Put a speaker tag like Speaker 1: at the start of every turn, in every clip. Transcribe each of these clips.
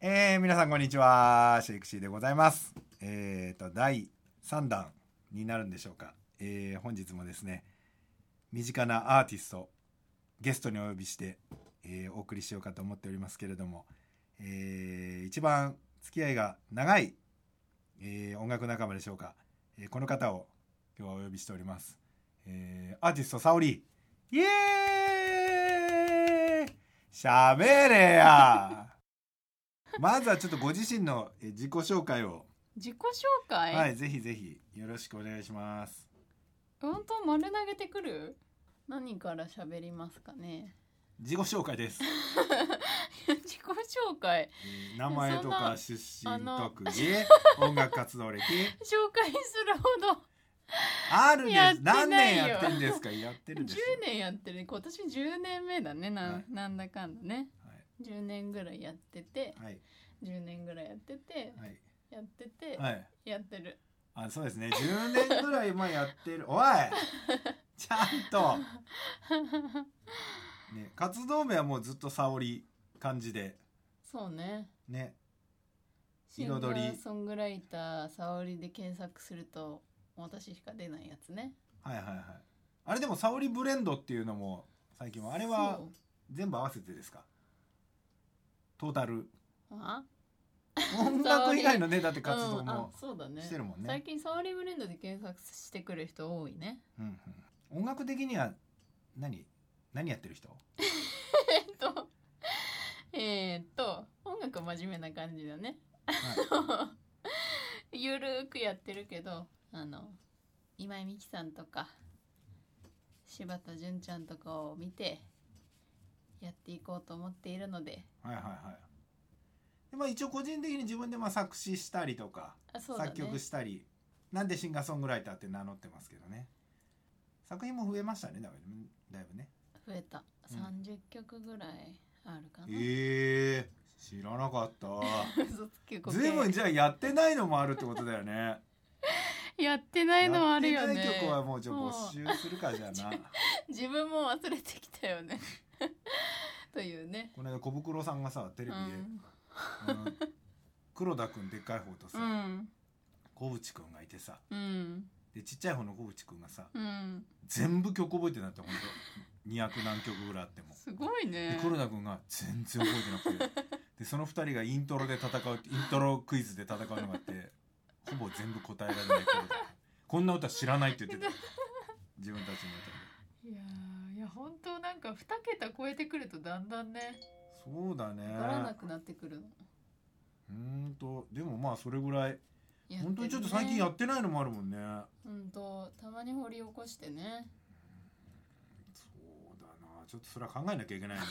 Speaker 1: えー、皆さんこんにちはシェイクシーでございますえーと第3弾になるんでしょうか、えー本日もですね身近なアーティストゲストにお呼びして、えーお送りしようかと思っておりますけれども、えー一番付き合いが長い、えー音楽仲間でしょうか、えーこの方を今日はお呼びしております、えーアーティストサオリーイエーイしゃべれや まずはちょっとご自身のえー自己紹介を、
Speaker 2: 自己紹介、
Speaker 1: はい、ぜひぜひよろしくお願いします。
Speaker 2: 本当丸投げてくる何から喋りますかね
Speaker 1: 自己紹介です。
Speaker 2: 自己紹介
Speaker 1: えー名前とか出
Speaker 2: あ
Speaker 1: 身
Speaker 2: の
Speaker 1: 特技、 音楽活動歴、
Speaker 2: 紹介するほど
Speaker 1: あるんで
Speaker 2: やっ
Speaker 1: す。
Speaker 2: てないよ
Speaker 1: 何年やってんですか。やってる
Speaker 2: 10
Speaker 1: んですよ。
Speaker 2: 年やってる今年10年目だねな,、
Speaker 1: はい
Speaker 2: んなんだかんだね10年ぐらいやってて
Speaker 1: はい
Speaker 2: 10年ぐらいやってて
Speaker 1: はい
Speaker 2: やってて、
Speaker 1: はいはい。
Speaker 2: やってる
Speaker 1: あ、そうですね。10年ぐらい今やってる。 おい、ちゃんとね活動名はもうずっと沙織感じで
Speaker 2: そうね
Speaker 1: ね。
Speaker 2: シンガ
Speaker 1: 彩り
Speaker 2: ーソングライター沙織で検索すると私しか出ないやつね
Speaker 1: はいはいはい。あれでも沙織ブレンドっていうのも最近はあれは
Speaker 2: そう
Speaker 1: 全部合わせてですか。トータ ル
Speaker 2: あ
Speaker 1: 音楽以外のねだって活動
Speaker 2: うんあ
Speaker 1: も、
Speaker 2: そうだね
Speaker 1: してるもんね
Speaker 2: 最近サオリブレンドで検索してくる人多いね
Speaker 1: うんうん音楽的には何何やってる人
Speaker 2: えっとえーっと音楽真面目な感じだねゆるーくやってるけどあの今井美樹さんとか柴田純ちゃんとかを見てやっていこうと思っているので
Speaker 1: はいはいはい。でまあ一応個人的に自分でまあ作詞したりとか、
Speaker 2: あそうだね
Speaker 1: 作曲したり、なんでシンガーソングライターって名乗ってますけどね。作品も増えましたねだいぶだいぶね。
Speaker 2: 増えた
Speaker 1: うん
Speaker 2: 30曲ぐらいあるかな、
Speaker 1: ええ知らなかった。
Speaker 2: 嘘つけこけ
Speaker 1: ずいぶんじゃあやってないのもあるってことだよ ね。
Speaker 2: やってないのはあるよね
Speaker 1: やってない曲はもうじゃあ募集するかじゃあな。
Speaker 2: 自分も忘れてきたよね というね
Speaker 1: この間小袋さんがさテレビで、あの黒田くんでっかい方とさ、
Speaker 2: うんうん
Speaker 1: 小渕くんがいてさ、
Speaker 2: うん
Speaker 1: でちっちゃい方の小渕くんがさ、
Speaker 2: うん
Speaker 1: 全部曲覚えてなって本当200何曲ぐらいあっても。
Speaker 2: すごい
Speaker 1: で
Speaker 2: ね
Speaker 1: 黒田くんが全然覚えてなくてでその2人がイントロで戦うイントロクイズで戦うのがあってほぼ全部答えられない黒田君こんな歌知らないって言ってた自分たちの歌で。
Speaker 2: いやーいや本当なんか2桁超えてくるとだんだんね
Speaker 1: そうだね。
Speaker 2: わからなくなってくるの
Speaker 1: うーんとでもまあそれぐらい、
Speaker 2: やてるね
Speaker 1: 本当にちょっと最近やってないのもあるもんね。
Speaker 2: うんとたまに掘り起こしてね
Speaker 1: そうだなちょっとそれは考えなきゃいけ ないね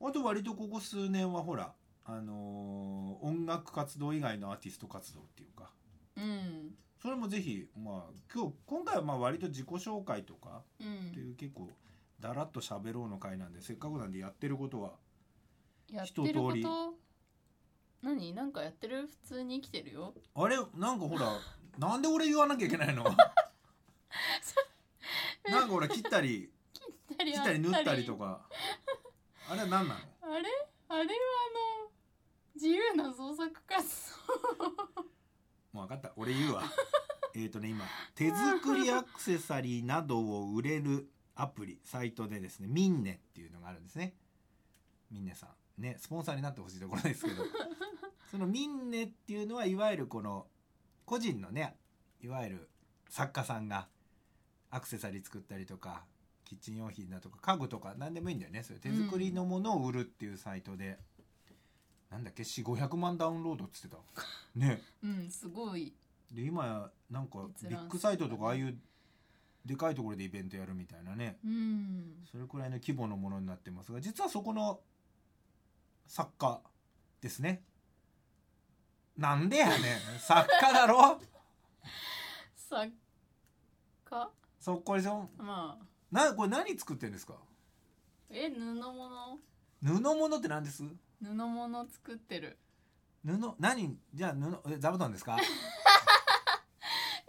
Speaker 1: あと割とここ数年はほらあのー音楽活動以外のアーティスト活動っていうか
Speaker 2: うん
Speaker 1: それもぜひまあ今日今回はまあ割と自己紹介とか
Speaker 2: う
Speaker 1: って
Speaker 2: ん
Speaker 1: いう結構だらっと喋ろうの回なんでせっかくなんでやってることは
Speaker 2: やってるこ
Speaker 1: 一通り
Speaker 2: と何なんかやってる普通に生きてるよ
Speaker 1: あれなんかほらなんで俺言わなきゃいけ ないのなんか俺切った り切ったり縫ったりとかあれは何なの
Speaker 2: あれあれはあの自由な創作活
Speaker 1: もう分かった俺言うわえっとね今手作りアクセサリーなどを売れるアプリサイトでですねミンネっていうのがあるんですねミンネさんねスポンサーになってほしいところですけどそのミンネっていうのはいわゆるこの個人のねいわゆる作家さんがアクセサリー作ったりとかキッチン用品だとか家具とか何でもいいんだよねそれ手作りのものを売るっていうサイトで、なんだっけ4500万ダウンロードっつってたね
Speaker 2: 動うんすごい
Speaker 1: で今やなんか
Speaker 2: 閲覧数
Speaker 1: ビッグサイトとかああいうでかいところでイベントやるみたいなね
Speaker 2: うん
Speaker 1: それくらいの規模のものになってますが実はそこの作家ですねなんでやね ん作家だろ
Speaker 2: 作家
Speaker 1: そこでしょ
Speaker 2: まあ
Speaker 1: なこれ何作ってるんですか
Speaker 2: え布物
Speaker 1: 布物って何です
Speaker 2: 布物作ってる
Speaker 1: 布何じゃあ布え座布団ですか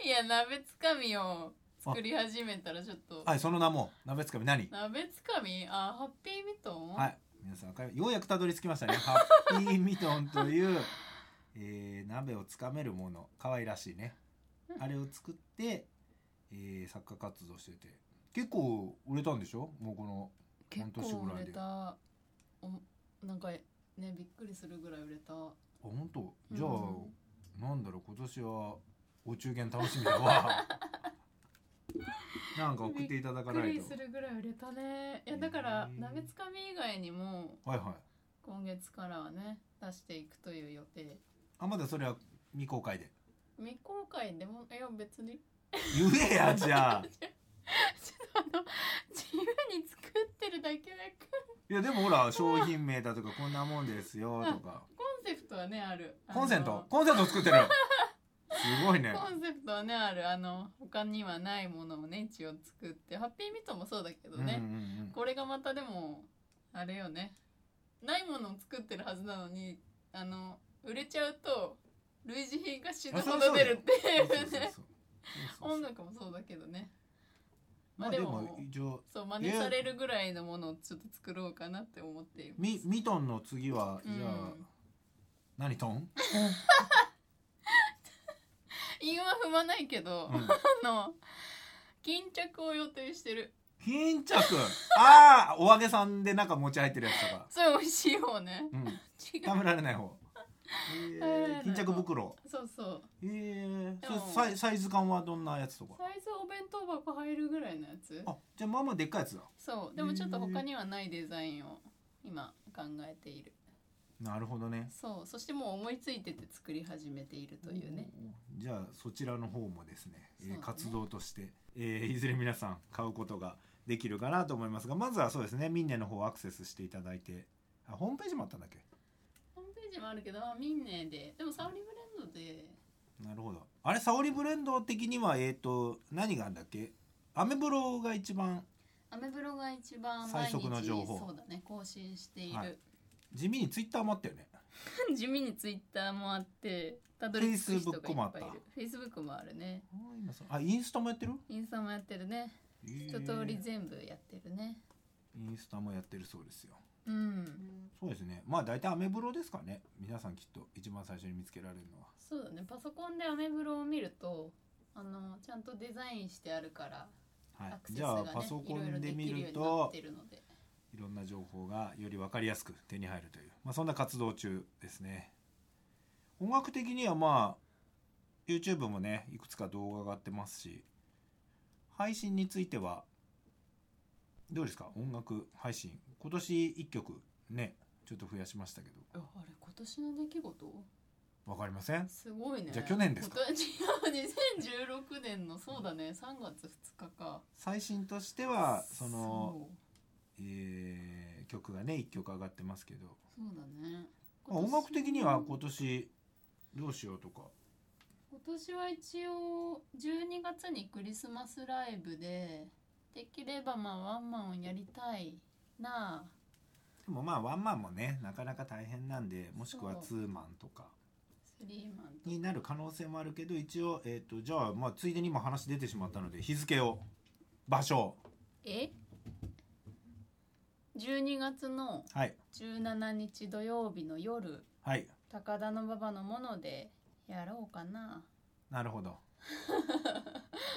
Speaker 2: いや鍋つかみを作り始めたらちょっと
Speaker 1: はいその名も鍋つかみ何
Speaker 2: 鍋つかみあハッピーミトン、
Speaker 1: はい皆さんわかりようやくたどり着きましたねハッピーミトンという、 えー鍋をつかめるもの可愛らしいねあれを作って、えー作家活動してて結構売れたんでしょもうこの
Speaker 2: 結
Speaker 1: 半年
Speaker 2: 構
Speaker 1: ぐら
Speaker 2: 売
Speaker 1: い
Speaker 2: れ
Speaker 1: で
Speaker 2: たおなんかねびっくりするぐらい売れた
Speaker 1: あ本当じゃあ、
Speaker 2: うん
Speaker 1: なんだろう今年はお中元楽しみだ わなんか送っていただか
Speaker 2: びっく
Speaker 1: ない
Speaker 2: り
Speaker 1: と
Speaker 2: するぐらい売れたねいやだから
Speaker 1: へー
Speaker 2: 鍋つかみ以外にも
Speaker 1: はいはい
Speaker 2: 今月からはね出していくという予定
Speaker 1: あまだそれは未公開で
Speaker 2: 未公開でもいや別に
Speaker 1: 言えやじゃあ
Speaker 2: ちょっとあの自由に作ってるだけだから
Speaker 1: いやでもほら商品名だとかこんなもんですよとか
Speaker 2: コンセプトはねある
Speaker 1: コンセン
Speaker 2: あ
Speaker 1: ト
Speaker 2: の
Speaker 1: コンセント作ってるすごいね
Speaker 2: コンセプトはねあるあの他にはないものをね一応作ってハッピーミートもそうだけど
Speaker 1: うんうんう
Speaker 2: ね、
Speaker 1: ん
Speaker 2: これがまたでもあれよねないものを作ってるはずなのにあの売れちゃうと類似品が死ぬほど出るってい
Speaker 1: そう
Speaker 2: う
Speaker 1: そうそう
Speaker 2: ね
Speaker 1: そうそうそう
Speaker 2: 音楽もそうだけどね
Speaker 1: まあでも一応
Speaker 2: そう真似されるぐらいのものをちょっと作ろうかなって思っています
Speaker 1: ミミトンの次は
Speaker 2: うん
Speaker 1: じゃあ何トン
Speaker 2: 韻は踏まないけど、
Speaker 1: うん
Speaker 2: あの巾着を予定してる
Speaker 1: 巾着ああお揚げさんで中持ち入ってるやつとか
Speaker 2: それ美味しい方ね
Speaker 1: うん
Speaker 2: 違
Speaker 1: 食
Speaker 2: う
Speaker 1: べられない方え
Speaker 2: 食べられない
Speaker 1: ー
Speaker 2: 方
Speaker 1: 巾着袋
Speaker 2: そうそう
Speaker 1: えー、
Speaker 2: でも
Speaker 1: そサイサイズ感はどんなやつとか
Speaker 2: サイズお弁当箱入るぐらいのやつ
Speaker 1: あじゃあまあまあでっかいやつだ
Speaker 2: そうでもちょっと他にはないデザインを今考えている
Speaker 1: なるほどね
Speaker 2: そうそしてもう思いついてて作り始めているというね
Speaker 1: じゃあそちらの方もですねえー
Speaker 2: そうだね
Speaker 1: 活動として、えーいずれ皆さん買うことができるかなと思いますがまずはそうですねミンネの方をアクセスしていただいてあホームページもあったんだっけ
Speaker 2: ホームページもあるけどあミンネででもサオリブレンドで
Speaker 1: なるほどあれ沙織ブレンド的にはえっ、と何があんだっけアメブロが一番
Speaker 2: アメブロが一番毎
Speaker 1: 最
Speaker 2: 日
Speaker 1: 速の情報
Speaker 2: そうだね更新している、
Speaker 1: はい地味にツイッターもあったよね
Speaker 2: 地味にツイッターもあってたどり着く人がいっぱいいるフェイスブックもあるね
Speaker 1: あー今そうあインスタもやってる
Speaker 2: インスタもやってるね一通り全部やってるね
Speaker 1: えーインスタもやってるそうですよ
Speaker 2: うん
Speaker 1: そうですねまあ大体アメブロですかね皆さんきっと一番最初に見つけられるのは
Speaker 2: そうだねパソコンでアメブロを見るとあのちゃんとデザインしてあるから
Speaker 1: は
Speaker 2: ア
Speaker 1: い、
Speaker 2: クセス
Speaker 1: じゃ
Speaker 2: が
Speaker 1: あ
Speaker 2: ね
Speaker 1: パソコ
Speaker 2: いろいろ
Speaker 1: ン
Speaker 2: で
Speaker 1: で見
Speaker 2: きるよ
Speaker 1: る
Speaker 2: うになっ
Speaker 1: と
Speaker 2: てるので
Speaker 1: いろんな情報がより分かりやすく手に入るという、まあ、そんな活動中ですね音楽的にはまあ YouTube もねいくつか動画上がってますし配信についてはどうですか音楽配信今年1曲ねちょっと増やしましたけど
Speaker 2: ああれ今年の出来事
Speaker 1: 分かりません
Speaker 2: すごいね
Speaker 1: じゃあ去年ですか
Speaker 2: 今年違う2016年のそうだね3月2日か
Speaker 1: 最新としてはその
Speaker 2: そう
Speaker 1: えー曲がね1曲上がってますけど、
Speaker 2: そうだね
Speaker 1: まあ音楽的には
Speaker 2: 今
Speaker 1: 今年どうしようとか
Speaker 2: 年は一応12月にクリスマスライブでできればまあワンマンをやりたいなあ
Speaker 1: でもまあワンマンもねなかなか大変なんでもしくは
Speaker 2: そう
Speaker 1: ツーマンとか
Speaker 2: スリーマンと
Speaker 1: になる可能性もあるけど一応、えー、とじゃあまあついでに今話出てしまったので日付を場所
Speaker 2: え12月の
Speaker 1: はい
Speaker 2: 17日土曜日の夜
Speaker 1: はい
Speaker 2: 高田の馬場のものでやろうかな
Speaker 1: なるほ ど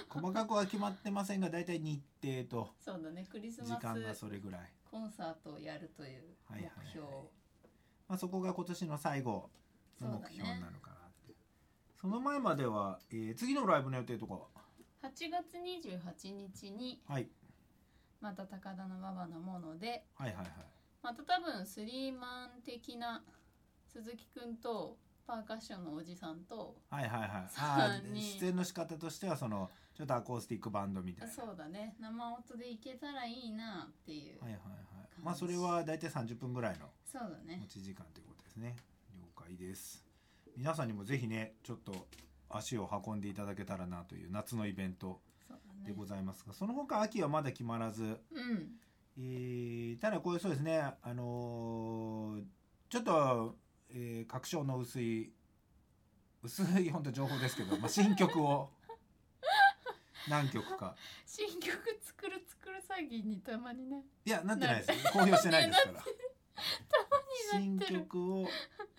Speaker 1: 細かくは決まってませんが大体日程と
Speaker 2: そうだねクリス
Speaker 1: 時
Speaker 2: マ
Speaker 1: 間が
Speaker 2: ス
Speaker 1: それぐらい、
Speaker 2: コンサートをやるという目
Speaker 1: はいはいはい
Speaker 2: 標、
Speaker 1: まあ、そこが今年の最後の目標なのかなってそ,、の前までは、えー次のライブの予定とかは
Speaker 2: 8月28日に
Speaker 1: はい
Speaker 2: また高田の馬場のもので
Speaker 1: はいはいはい
Speaker 2: また多分スリーマン的な鈴木くんとパーカッションのおじさんと
Speaker 1: はいはいはいあ
Speaker 2: さ
Speaker 1: あ
Speaker 2: んに
Speaker 1: ー出演の仕方としてはそのちょっとアコースティックバンドみたいな
Speaker 2: そうだね生音でいけたらいいなっていう、
Speaker 1: はいはいはいまあそれは大体30分ぐらいの
Speaker 2: そうだね
Speaker 1: 持ち時間ということですね了解です皆さんにもぜひねちょっと足を運んでいただけたらなという夏のイベント
Speaker 2: そう
Speaker 1: で
Speaker 2: だ
Speaker 1: ご
Speaker 2: ね
Speaker 1: ざいますが、その他秋はまだ決まらず、
Speaker 2: うん
Speaker 1: えーただこういうそうですねあのーちょっと、えー確証の薄い薄い本当情報ですけど、まあ、新曲を何曲か
Speaker 2: 新曲作る作る詐欺にたまにね
Speaker 1: いやなってないです公表してないですから
Speaker 2: に
Speaker 1: 新
Speaker 2: なってる
Speaker 1: 曲を、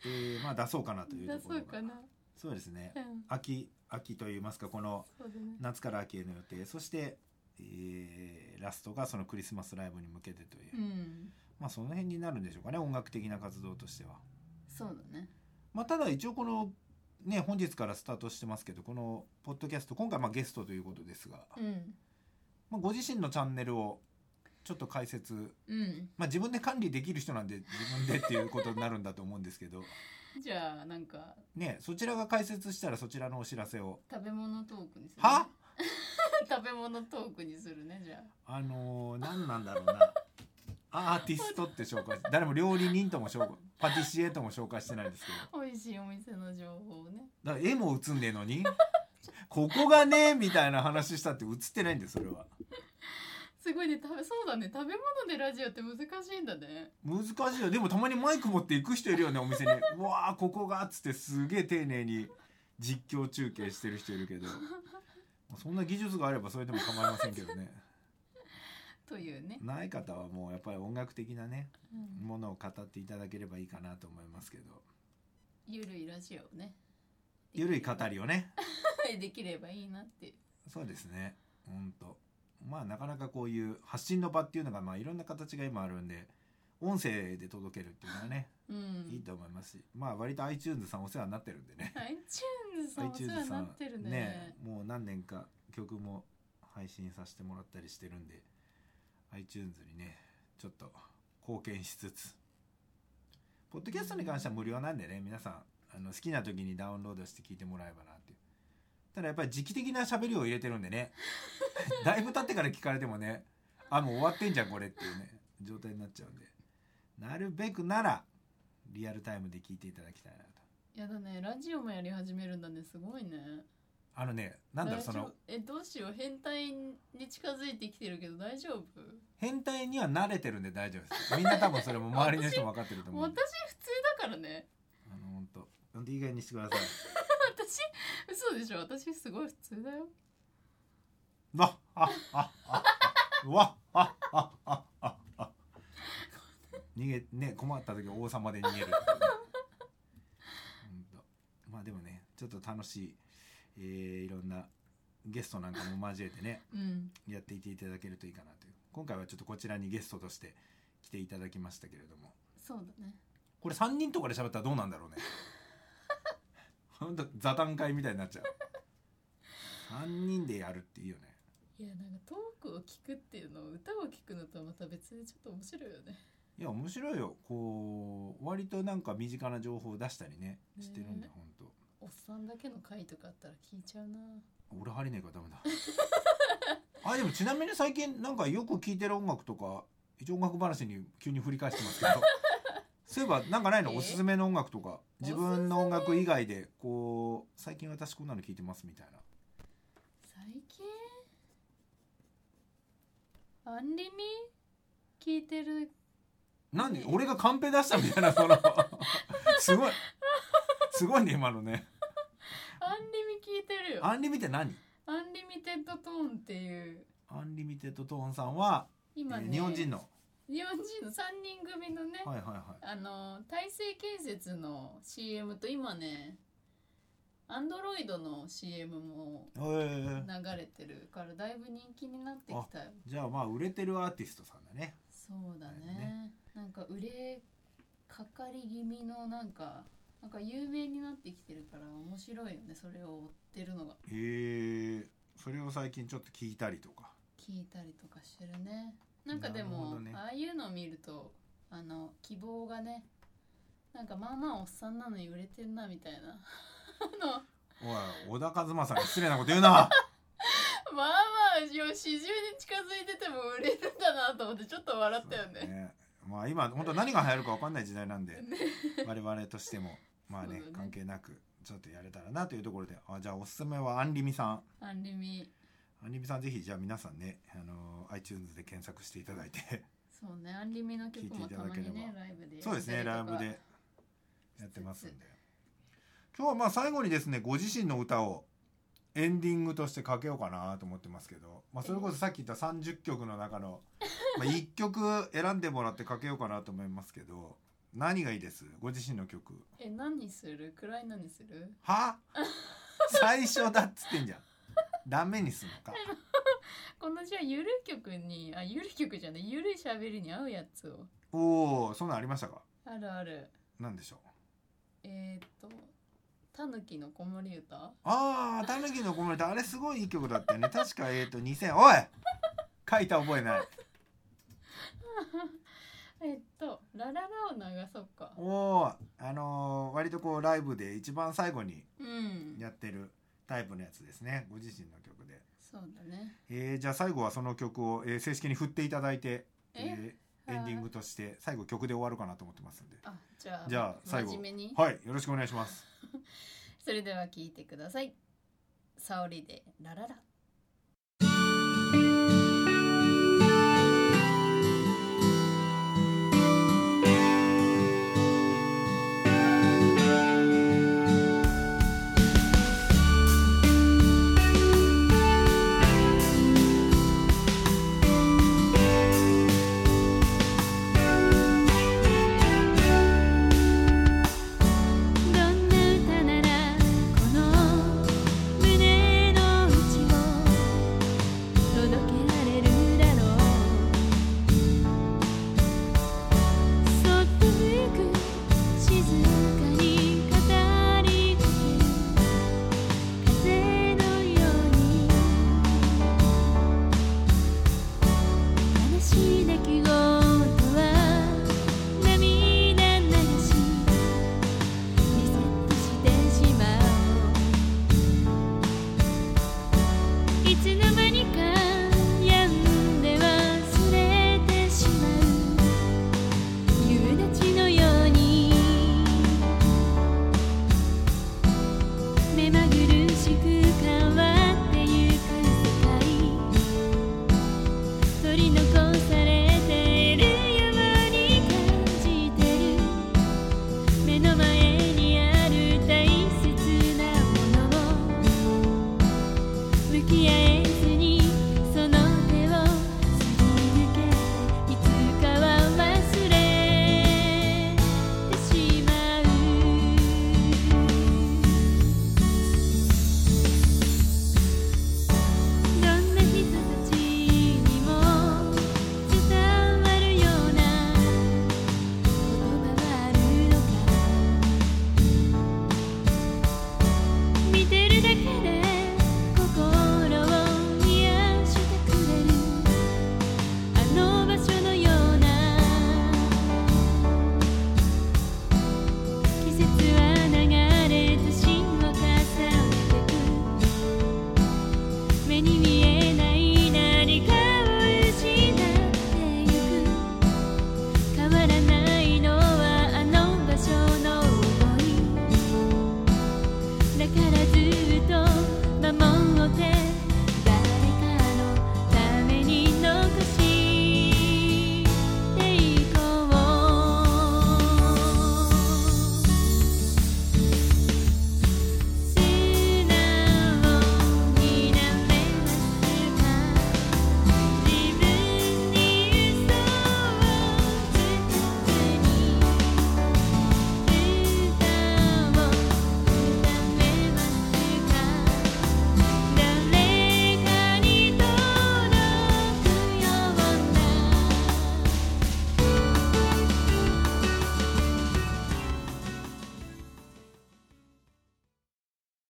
Speaker 1: えーまあ、出そうかなという
Speaker 2: 出
Speaker 1: とこ
Speaker 2: そ
Speaker 1: ろ
Speaker 2: う
Speaker 1: が
Speaker 2: かな。
Speaker 1: そうですね
Speaker 2: うん。
Speaker 1: 秋秋といいますかこの
Speaker 2: そうだね。
Speaker 1: 夏から秋への予定そして、えーラストがそのクリスマスライブに向けてという、
Speaker 2: うん。
Speaker 1: まあその辺になるんでしょうかね音楽的な活動としては。
Speaker 2: そうだね。
Speaker 1: まあ、ただ一応このね本日からスタートしてますけどこのポッドキャスト今回まあゲストということですが、
Speaker 2: うん。
Speaker 1: まあ、ご自身のチャンネルをちょっと解説、
Speaker 2: うん。
Speaker 1: まあ、自分で管理できる人なんで自分でっていうことになるんだと思うんですけど、
Speaker 2: じゃあなんか
Speaker 1: ね、そちらが解説したらそちらのお知らせを
Speaker 2: 食べ物トークにする、
Speaker 1: は
Speaker 2: 食べ物トークにするねじゃあ。
Speaker 1: あのー何なんだろうなアーティストって紹介誰も料理人とも紹介パティシエとも紹介してないですけど
Speaker 2: 美味しいお店の情報をね。
Speaker 1: だから絵も映んねえのにここがねみたいな話したって映ってないんでそれは。
Speaker 2: すごいね食べそうだね食べ物でラジオって難しいんだね。
Speaker 1: 難しいよでもたまにマイク持って行く人いるよねお店にうわあここがっつってすげえ丁寧に実況中継してる人いるけどそんな技術があればそれでも構いませんけどね
Speaker 2: というね。
Speaker 1: ない方はもうやっぱり音楽的なね
Speaker 2: うん
Speaker 1: ものを語っていただければいいかなと思いますけど
Speaker 2: ゆるいラジオをね。
Speaker 1: ゆるい語りをね
Speaker 2: りできればいいなっていう。
Speaker 1: そうですねほんとまあなかなかこういう発信の場っていうのがまあいろんな形が今あるんで音声で届けるっていうのはね、
Speaker 2: う
Speaker 1: いい
Speaker 2: ん。
Speaker 1: と思いますしまあ割と iTunes さんお世話になってるんでね
Speaker 2: iTunes さんお世話
Speaker 1: iTunes
Speaker 2: に
Speaker 1: さ
Speaker 2: なんってるね。
Speaker 1: もう何年か曲も配信させてもらったりしてるんで iTunes にねちょっと貢献しつつポッドキャストに関しては無料なんでね皆さんあの好きな時にダウンロードして聞いてもらえばなっていうただやっぱり時期的な喋りを入れてるんでね だいぶ経ってから聞かれてもねあもう終わってんじゃんこれっていうね状態になっちゃうんでなるべくならリアルタイムで聞いていただきたいなと
Speaker 2: やだねラジオもやり始めるんだねすごいね。
Speaker 1: あのねなんだろうそ
Speaker 2: 大丈
Speaker 1: の
Speaker 2: 夫えどうしよう変態に近づいてきてるけど大丈夫
Speaker 1: 変態には慣れてるんで大丈夫ですみんな多分それも周りの人も分かってると
Speaker 2: 私
Speaker 1: 思う
Speaker 2: 普
Speaker 1: ん
Speaker 2: 通
Speaker 1: で
Speaker 2: だからね
Speaker 1: あの本当本当いい加減にしてください
Speaker 2: 私嘘でしょ私すごい普通だよ
Speaker 1: わああああわあああああ逃げね困った時は王様で逃げるっていうねほんとまあでもねちょっと楽しい、えーいろんなゲストなんかも交えてね
Speaker 2: うん
Speaker 1: やっていていただけるといいかなという今回はちょっとこちらにゲストとして来ていただきましたけれども
Speaker 2: そうだね
Speaker 1: これ3人とかで喋ったらどうなんだろうね ほんと座談会みたいになっちゃう3人でやるっていいよね
Speaker 2: いやなんかトークを聞くっていうのを歌を聞くのとはまた別でちょっと面白いよね
Speaker 1: いや面白いよこう割となんか身近な情報を出したりねしてるんで
Speaker 2: ね
Speaker 1: ほんと
Speaker 2: おっさんだけの回とかあったら聞いちゃうな
Speaker 1: 俺入れねえからダメだあでもちなみに最近なんかよく聴いてる音楽とか一応音楽話に急に振り返してますけどそういえばなんかないの
Speaker 2: え
Speaker 1: おすすめの音楽とか自分の音楽以外でこう最近私こんなの聴いてますみたいな
Speaker 2: 最近アンリミ聞いてる
Speaker 1: 何、
Speaker 2: ね
Speaker 1: 俺がカンペ出したみたいなその すごいすごいね今のね
Speaker 2: アンリミ聞いてるよ
Speaker 1: アンリミテ何
Speaker 2: アンリミテッドトーンっていう
Speaker 1: アンリミテッドトーンさんは、
Speaker 2: 今
Speaker 1: え
Speaker 2: ね
Speaker 1: ー日本人の
Speaker 2: 日本人の3人組のね、
Speaker 1: はいはいはい
Speaker 2: あの大成建設の CM と今ねアンドロイドの CM も
Speaker 1: え
Speaker 2: 流
Speaker 1: ー、
Speaker 2: れてるからだいぶ人気になってきたよ
Speaker 1: じゃあまあ売れてるアーティストさんだね
Speaker 2: そうだ
Speaker 1: だよ
Speaker 2: ねなんか売れかかり気味のなんかなんか有名になってきてるから面白いよねそれを追ってるのが
Speaker 1: へえそれを最近ちょっと聞いたりとか
Speaker 2: 聞いたりとかしてるねなんかで
Speaker 1: なるほ
Speaker 2: も、
Speaker 1: どね
Speaker 2: ああいうのを見るとあの希望がねなんかまあまあおっさんなのに売れてんな みたいなあの
Speaker 1: おい小田和正に失礼なこと言う な
Speaker 2: まあまあよ四十に近づいてても売れるんだなと思ってちょっと笑ったよ
Speaker 1: そう
Speaker 2: ね。
Speaker 1: だまあ今本当何が流行るか分かんない時代なんで 我々としてもまあね
Speaker 2: そうだね
Speaker 1: 関係なくちょっとやれたらなというところであじゃあおすすめはアンリミさん
Speaker 2: アンリミ
Speaker 1: アンリミさんぜひじゃあ皆さんね、あのー iTunes で検索していただい て
Speaker 2: そうねアンリミの曲もたまに
Speaker 1: 聞いてい
Speaker 2: ね
Speaker 1: た
Speaker 2: ライブでやったりとか
Speaker 1: そうですねライブでやってますんで今日はまあ最後にですねご自身の歌をエンディングとしてかけようかなと思ってますけど、まあ、それこそさっき言った30曲の中 の、まあ、1曲選んでもらってかけようかなと思いますけど何がいいですご自身の曲
Speaker 2: え何する暗いのにする
Speaker 1: は最初だっつってんじゃんダメにすんのか
Speaker 2: このじゃあゆるい曲にあゆるい曲じゃないゆるいしゃべりに合うやつを
Speaker 1: おおそんなんありましたか
Speaker 2: あるある
Speaker 1: 何でしょう
Speaker 2: えー、っと「たぬきの子守歌
Speaker 1: ああたぬきの子守歌あれすごいいい曲だったよね確かえっ、と2000おい書いた覚えない」
Speaker 2: えっと「ラララ」を流そうか
Speaker 1: おおあのー割とこうライブで一番最後に
Speaker 2: うん
Speaker 1: やってるタイプのやつですねご自身の曲で、
Speaker 2: そうだね
Speaker 1: えーじゃあ最後はその曲を、えー正式に振っていただいて、えー
Speaker 2: はい
Speaker 1: エンディングとして最後曲で終わるかなと思ってますんで
Speaker 2: あじゃあ
Speaker 1: じゃあ最後
Speaker 2: 真面目に
Speaker 1: はいよろしくお願いします
Speaker 2: それでは聞いてください「沙織でラララ」